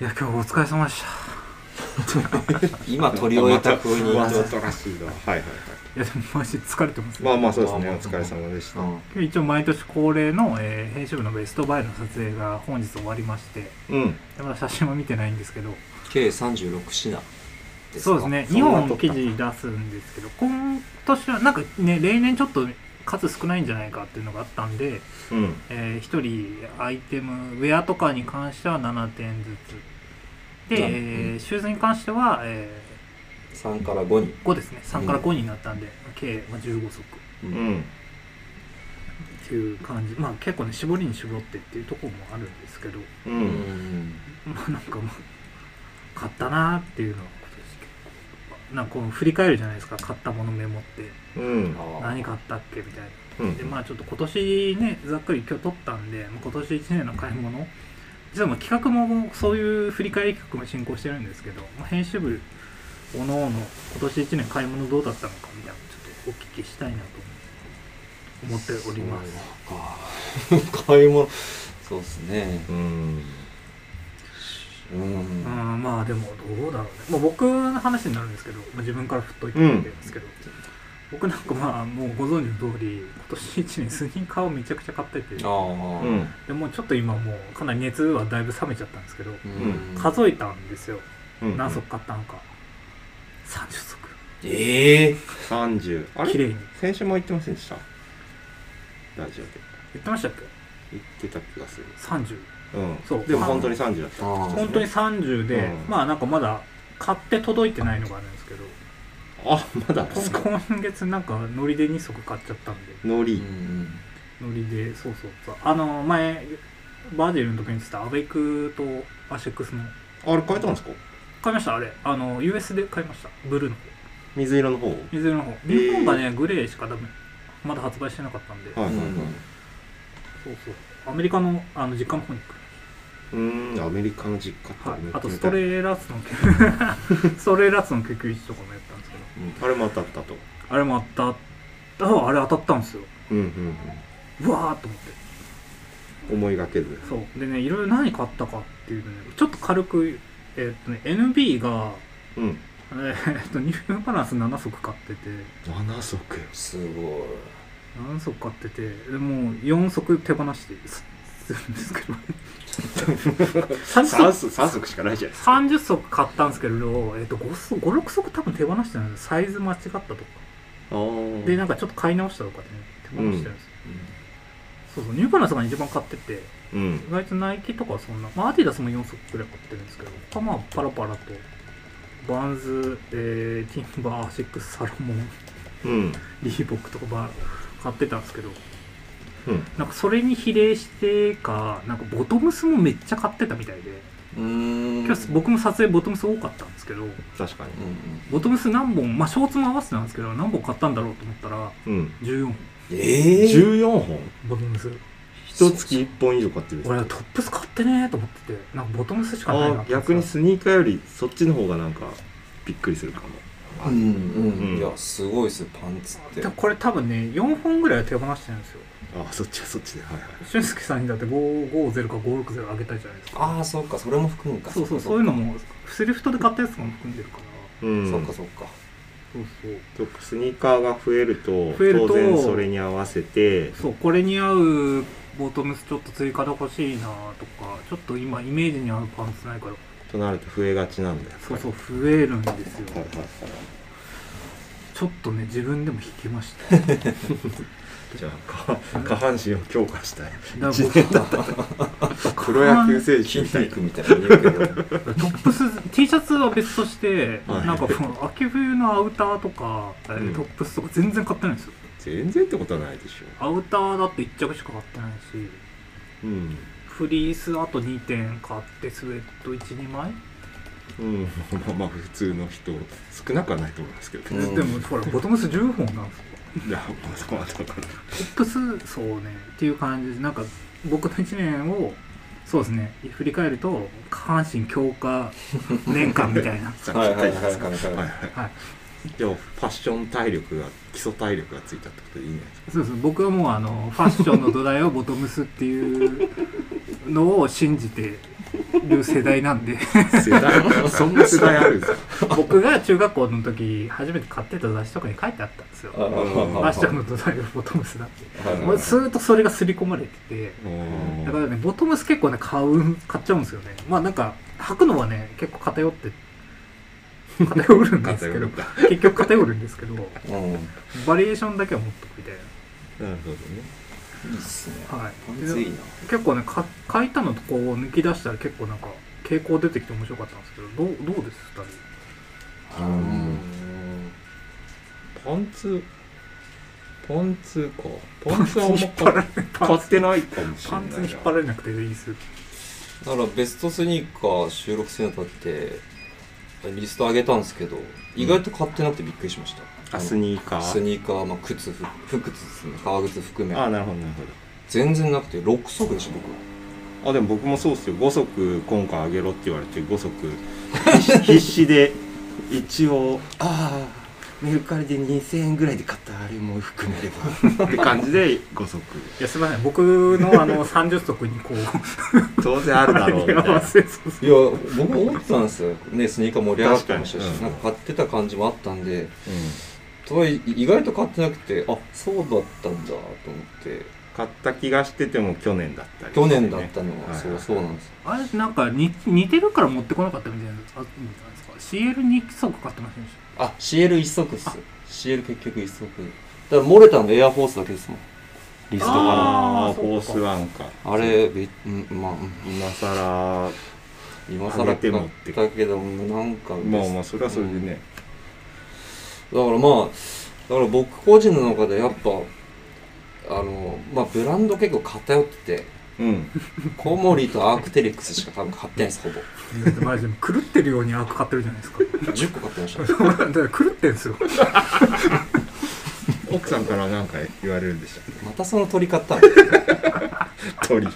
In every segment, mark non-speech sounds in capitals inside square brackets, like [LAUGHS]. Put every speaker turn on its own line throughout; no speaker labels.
いや今日お疲れ様でした
今取り終えた風に
わざとらしいなはいはいはい
いやでもマジ疲れてます、
まあまあそうですね
まあ
お
まあ
疲れ様でした
うん
今日一応毎年恒例の、えー編集部のベストバイの撮影が本日終わりましてで
うん
まだ写真は見てないんですけど
計36品ですか
そうですね
そん
2
な
本記事出すんですけど今年はなんかね例年ちょっと数少ないんじゃないかっていうのがあったんで、
うん
え1人アイテムウェアとかに関しては7点ずつで、
うん
えーシューズに関しては、え
3から5に
5ですね3から5になったんで、計、まあ、15足
う
うん
っていう感じまあ結構ね絞りに絞ってっていうところもあるんですけど [LAUGHS]
う
うんん
まあなんかもう買ったなーっていうのは今年結構なんかこう振り返るじゃないですか買ったものメモって
うん
あ
何買ったっけみたいな
うん
でまあちょっと今年ねざっくり今日撮ったんでまあ今年1年の買い物実はもう企画もそういう振り返り企画も進行してるんですけど、まあ、編集部おのおの今年1年買い物どうだったのかみたいなのをちょっとお聞きしたいなと思っております
そうか買い物そうですね
うん
うん、
うんまあでもどうだろうね、まあ、僕の話になるんですけど、まあ、自分から振っといてもらってるんですけど、僕なんかまあもうご存知の通り今年1年スニーカーをめちゃくちゃ買ってて
ああ
うん
でもうちょっと今もうかなり熱はだいぶ冷めちゃったんですけど、
うん
数えたんですよ
うん
何足買ったのか30足
ええ
30あ
綺
れ
麗に
先週も言ってませんでしたラジオで
言ってましたっけ
言ってた気がする
30
うん
そう
でも本当に30だった
あー
本当に30で、
うん
まあなんかまだ買って届いてないのがあるんですけど
あまだ
今月なんかノリで2足買っちゃったんで
ノ
う
リ
ん
ノリでそうそうそうあの前バージルの時に言ってたアベクとアシェックスの
あれ変えたんですか
買いましたあれあの US で買いましたブルーの
水色の方はい
ずれの方日本がね、グレーしか多分まだ発売してなかったんで、
はいはい
そうそうアメリカのあの実家の方に来る、
うーんアメリカの実家って
はい
めっちゃ見た
あと
い
ストレーラッツの
[LAUGHS]
曲ストレーラッツの曲1とかもやったんですけど
あれも当たったと
あれも当たったああれ当たったんですよ
うんうん
うわーっと思って
うん思いがけず
そうでねいろいろ何買ったかっていうとねちょっと軽くえーっとね NB が
うん
えーっとニューバランス7足買ってて
7足
すごい
7足買っててでもう4足手放してすするんですけど
3
30足
足3足しかないじゃないですか
30足買ったんですけど、えっと5足56足多分手放してないんですサイズ間違ったとか
ああ
でなんかちょっと買い直したとかでね手放してるんですよ、そうそうニューバランスが一番買ってて
うん
意外とナイキとかはそんな、まあ、アディダスも4足くらい買ってるんですけど他まあパラパラとバンズ、えー、ティンバーアシックスサロモン
うん
リーボックとかば買ってたんですけど
うん
なんかそれに比例してかなんかボトムスもめっちゃ買ってたみたいで
うん
今日僕も撮影ボトムス多かったんですけど
確かに
うん
ボトムス何本まあショーツも合わせてなんですけど何本買ったんだろうと思ったら
うん
14本
ええ
14本
ボトムス
一月1本以上買ってるんです
俺は
か
トップス買ってねーと思っててなんかボトムスしかないな
あー逆にスニーカーよりそっちの方がなんかびっくりするかも
うんうん、
うん
いやすごいですよパンツって
でこれ多分ね4本ぐらいは手放してるんですよ
あーそっちはそっちではいはい
俊介さんにだって550か560あげたいじゃないですか
ああそうかそれも含むか
そうそうそういうのもセリフトで買ったやつも含んでるから
うん
そうかそうか
そうそう
そうかスニーカーが増えると
増えると
当然それに合わせて
そうこれに合うボトムスちょっと追加で欲しいなとかちょっと今イメージに合うパンツないから
となると増えがちなんだよ
そうそう増えるんですよ
はいはいはい
ちょっとね自分でも引きました
[LAUGHS]
だか
じゃあ [LAUGHS] 下下半身を強化したい
ら
一
僕
年だったらプロ野球選手み
筋
たい
肉みたいに見えるけど
トップス T シャツは別として、
はい
なんかその秋冬のアウターとか、えー
うん
トップスとか全然買ってないんですよ
全然ってことはないでしょ
アウターだって1着しか買ってないし
うん
フリースあと2点買ってスウェット12枚、
うんまあまあ普通の人少なくはないと思いますけど
う
ね
ん
でもほらボトムス10本なんですよ
いやまあそこはだから
トップスそうねっていう感じでなんか僕の1年をそうですね振り返ると下半身強化年間みたいな
はいはいはいはいはい
はい
は
はいいでもファッション体力が基礎体力がついたってことでいいんじゃないですか
そうです僕はもうあのファッションの土台をボトムスっていうのを信じてる世代なんで
世 [LAUGHS] 代そんな世代あるんですか
僕が中学校の時初めて買ってた雑誌とかに書いてあったんですよ
あああ
「ファッ
あ
ションの土台はボトムス」だって
はい
俺ずーっとそれが刷り込まれてて
おー
だからねボトムス結構ね買う買っちゃうんですよねまあなんか履くのはね結構偏って偏るんですけ
[LAUGHS] 偏
ど
るんだ
結局偏るんですけど
うんい
バリエーションだけは持っとくみたい
なるほどね
いっすね
なはい
パンツいいな
結構ねか買いたのとこう抜き出したら結構なんか傾向出てきて面白かったんですけどどうどうです2人
うん
パンツパンツかパンツはあん
引
ま
っ張られ
買買ってないかもしれ
パ
ない
ン
な
ツに引っ張られなくていい
[LAUGHS]
です
だからベストスニーカー収録するにあたってリスト上げたんですけど意外と買ってなくてびっくりしました、
あスニーカー
スニーカー、まあ、靴服服靴ですね革靴含
あ
め
あなるほどなるほど
全然なくて6足でした僕
あでも僕もそうっすよ5足今回あげろって言われて5足 [LAUGHS] 必死で一応ああメルカリで2000円ぐらいで買ったあれも含めれば [LAUGHS] って感じで5足
いやすみません僕のあの30足にこう
当然あるだろう
[LAUGHS]
みたいな
合わせそう
いや僕も思ってたんですよ、ね、スニーカー盛り上がってましたし、
確かにうん
なんか買ってた感じもあったんでとはいえ意外と買ってなくてあそうだったんだと思って
買った気がしてても去年だったりして
去
ね、
年だったのは、
はい
そうそうなんです
あれなんかに似てるから持ってこなかったみたいなのあったんですか CL2 足買ってませんでし
あ CL1 足っす CL 結局1足だから漏れたのエアフォースだけですもんリストか
あ
あー
あフォースワンか
らあれべ、うん、まあうん
今さら
今更買
上げ
って
も
たけどなんか
まあまあそれはそれでね、
だからまあだから僕個人の中でやっぱあのまあブランド結構偏ってて
うん、
コモリとアークテリックスしか多分買ってないですほぼ
ょマジで狂ってるようにアーク買ってるじゃないですか
10個買ってました
だから狂ってんすよ
奥さんから何か言われるんでしたっ
またその鳥買ったの
け [LAUGHS] 鳥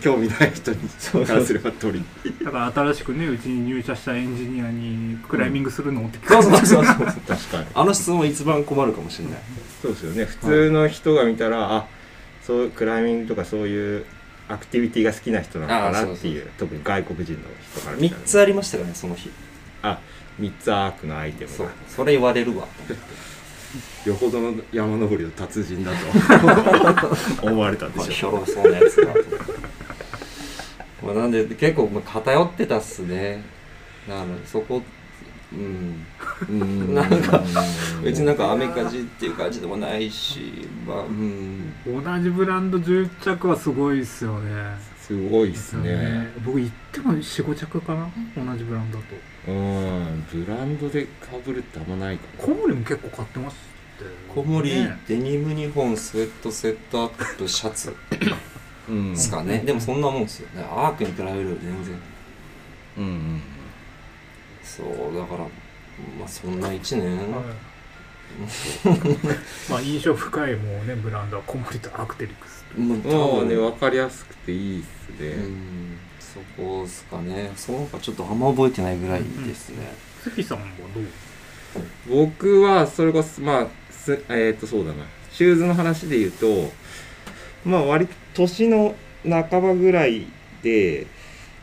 興味ない人にからすれば鳥
だから新しくねうちに入社したエンジニアにクライミングするのって聞
そうそうそうそう
確かに
あの質問一番困るかもしれない
そうですよね普通の人が見たら、あそうクライミングとかそういうアクティビティが好きな人なのか
あー
な
そう
っ
そ
て
う
いう
そう
特に外国人の人から見た
3
ら
つありましたからねその日
あ3つアークのアイテム
そう
が
それ言われるわ
よほどの山登りの達人だ [LAUGHS] と思われたんでし
ひ
ょ
ょろそうなやつだとまあなんで結構まあ偏ってたっすねなのでそこうん
うん
なんか別になんかアメカジっていう感じでもないしまあうん
く同じブランド10着はすごいっすよね
すごいですね
僕行っても45着かな同じブランドだと
うんブランドでかぶるってあんまないか
小森も結構買ってますって
小森、
ね
デニム2本スウェットセットアップシャツ
もうん
ですかね、でもそんなもんっすよねアークに比べると全然
うんうん
そうだからまあそんな1年、
はいまあ印象深いもうねブランドは小森とアクテリックス
もう多
まあ
分
ね分かりやすくていいっす
う
ね、
んそこですかねその他ちょっとあんま覚えてないぐらいですね、
関さんはどう
僕はそれこそまあすえっ、とそうだなシューズの話で言うとまあ割と年の半ばぐらいで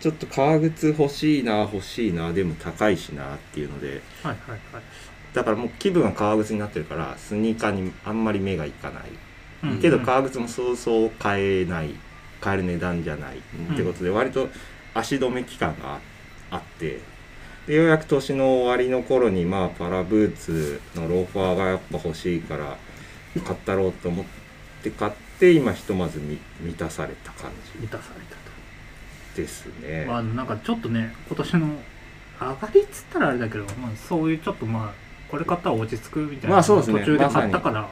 ちょっと革靴欲しいな欲しいなでも高いしなっていうので
はいはいはい
だからもう気分が革靴になってるからスニーカーにあんまり目がいかない
うん
けど
うん
革靴もそうそう買えない買える値段じゃないってことで割と足止め期間があってでようやく年の終わりの頃にまあパラブーツのローファーがやっぱ欲しいから買ったろうと思って買って今ひとまずみ満たされた感
満たされた
じですね
と、まあ、なんかちょっとね今年の上がりっつったらあれだけど、まあ、そういうちょっとまあこれ買ったら落ち着くみたいな、
まあそうですね
途中で買ったから、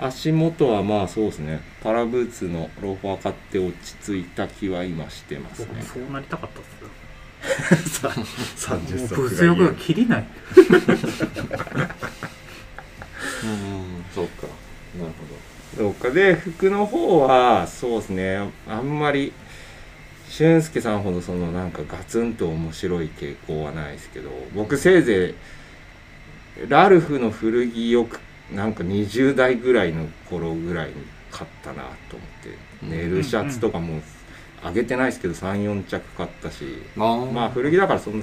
足元はまあそうですねパラブーツのローファー買って落ち着いた気は今してます
僕も
ね
そうなりたかったっすよ
30
もう物欲が切りない
うんそっかなる
そうかで服の方はそうですねあんまり俊介さんほどそのなんかガツンと面白い傾向はないですけど僕せいぜいラルフの古着をなんか20代ぐらいの頃ぐらいに買ったなと思って
うん
ネイルシャツとかも上げてないですけど34着買ったし
あ
まあ古着だからその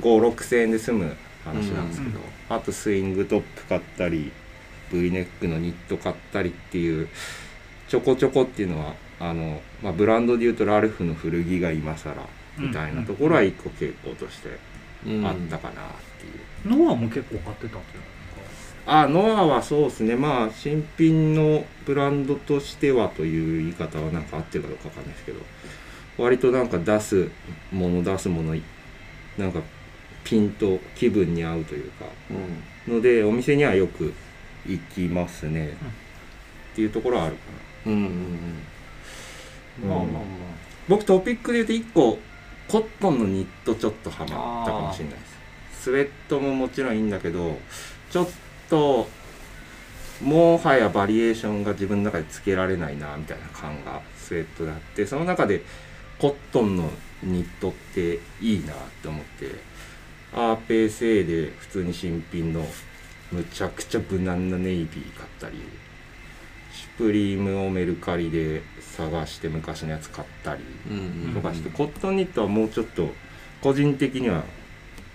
56000円で済む話なんですけど、
うん
あとスイングトップ買ったり V ネックのニット買ったりっていうちょこちょこっていうのはあの、まあ、ブランドでいうとラルフの古着が今更みたいなところは一個傾向として
うん
あったかなっていう。
ノアも結構買ってたんですよ
あノアはそうですねまあ新品のブランドとしてはという言い方はなんか合ってるかどうかわかんないですけど割となんか出すもの出すものなんかピンと気分に合うというか
うん
のでお店にはよく行きますね、っていうところはあるか
うんうんう
な、
んまあまあ
うん
まあ
僕トピックで言うと1個コットンのニットちょっとハマったかもしれないですスウェットももちろんいいんだけどちょっともはやバリエーションが自分の中でつけられないなみたいな感がスウェットであってその中でコットンのニットっていいなって思ってアーペー製で普通に新品のむちゃくちゃ無難なネイビー買ったりシュプリームをメルカリで探して昔のやつ買ったり
うんうん
とかして、コットンニットはもうちょっと個人的には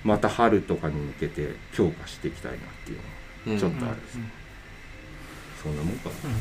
また春とかに向けて強化していきたいなっていうのは
うん
ちょっ
なん
と
か
あれですそんなもんかな
うんうん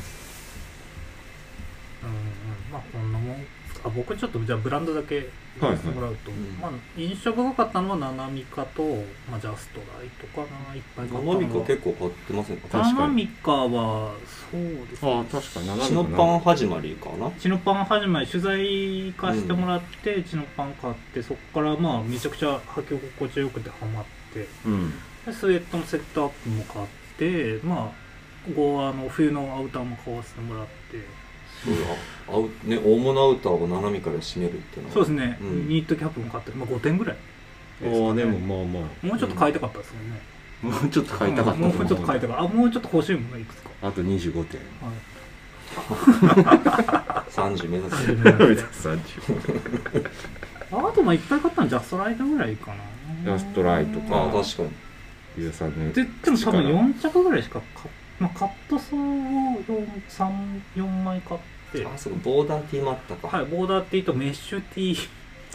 まあこんなもんあ僕ちょっとじゃあブランドだけ言わせてもらうと、
はいはいうん
まあ、印象深かったのはナナミカと、まあ、ジャストライトかないっぱい買ったの
生身か
は
結構買ってませんか
確かに
ナナミカはそうですね
ああ確かに
シノパン始まりかな
チノパン始まり取材化してもらって、チノパン買ってそこからまあめちゃくちゃ履き心地よくてハマって
うん
でスウェットのセットアップも買ってまあゴアの冬のアウターも買わせてもらって
そうだアウね大物アウターを斜めから締めるっていうのは
そうですね、
うん
ニットキャップも買って、まあ、5点ぐらいすね
ああでもまあま
もうちょっと買いたかったですもんね、
あもうちょっと買いたかった
うんもうちょっと買いた
かっ
かったあもうちょっと欲しいものがいくつか、
たあと25点
[LAUGHS] はい
30目指す
[LAUGHS] 30
あとまあいっぱい買ったのジャストライトぐらいかな
ジャストライト
ああ
か
確かに
ゆうさんの
ででも多分4着ぐらいしか買っ、まあ、カットソーを34枚買って
あそうかボーダーティーもあったか、
はい、ボーダーティーとメッシュティー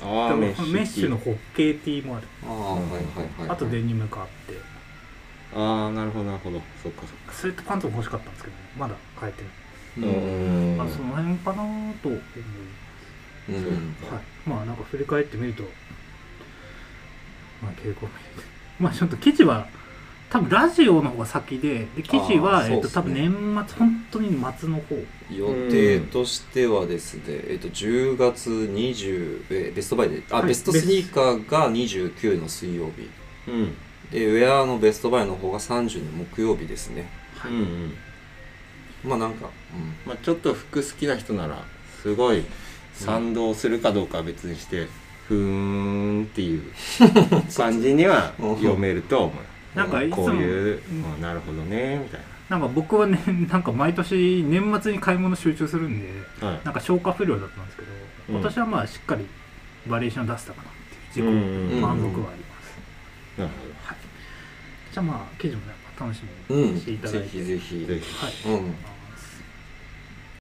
ああ
とメ
メッ
ッ
シ
シ
ュ
ュのホッケーティーもある
ああはいはいはい、はい、
あとデニム買って
ああなるほどなるほどそっかそっか
スウェットパンツも欲しかったんですけど、ね、まだ買えてない、
う
うんん
まあ、その辺かなと思い
うん
そう
うん
ます、はい、まあなんか振り返ってみるとまあ傾向見えて [LAUGHS] まあちょっと記事は多分ラジオの方が先でで記事
あ
は、
ー
えっ
そう
と
っす
多
ね
分年末本当に末の方
予定としてはですね、えっと、10月20えベストバイであ、
はい
ベストスニーカーが29の水曜日
うん
でウェアのベストバイの方が30の木曜日ですね
うんうん
まあなんか、
まあ、ちょっと服好きな人ならすごい賛同するかどうかは別にして、ふーんっていう感じには読めると思う
なんかいつも
こういう、まあなるほどねみたい
なんか僕はね [LAUGHS] なんか毎年年末に買い物集中するんで
な、はい
なんか消化不良だったんですけど、
うん
今年はまあしっかりバリエーション出せたかなっていううん自
うん
己
うん
満足はあります、
なる
はい、じゃあまあ記事もね楽しみ
うん、う
に
ん、
していただい
ぜ
て、
ひぜひ
ほどぜ
はい
ひ
うん
あの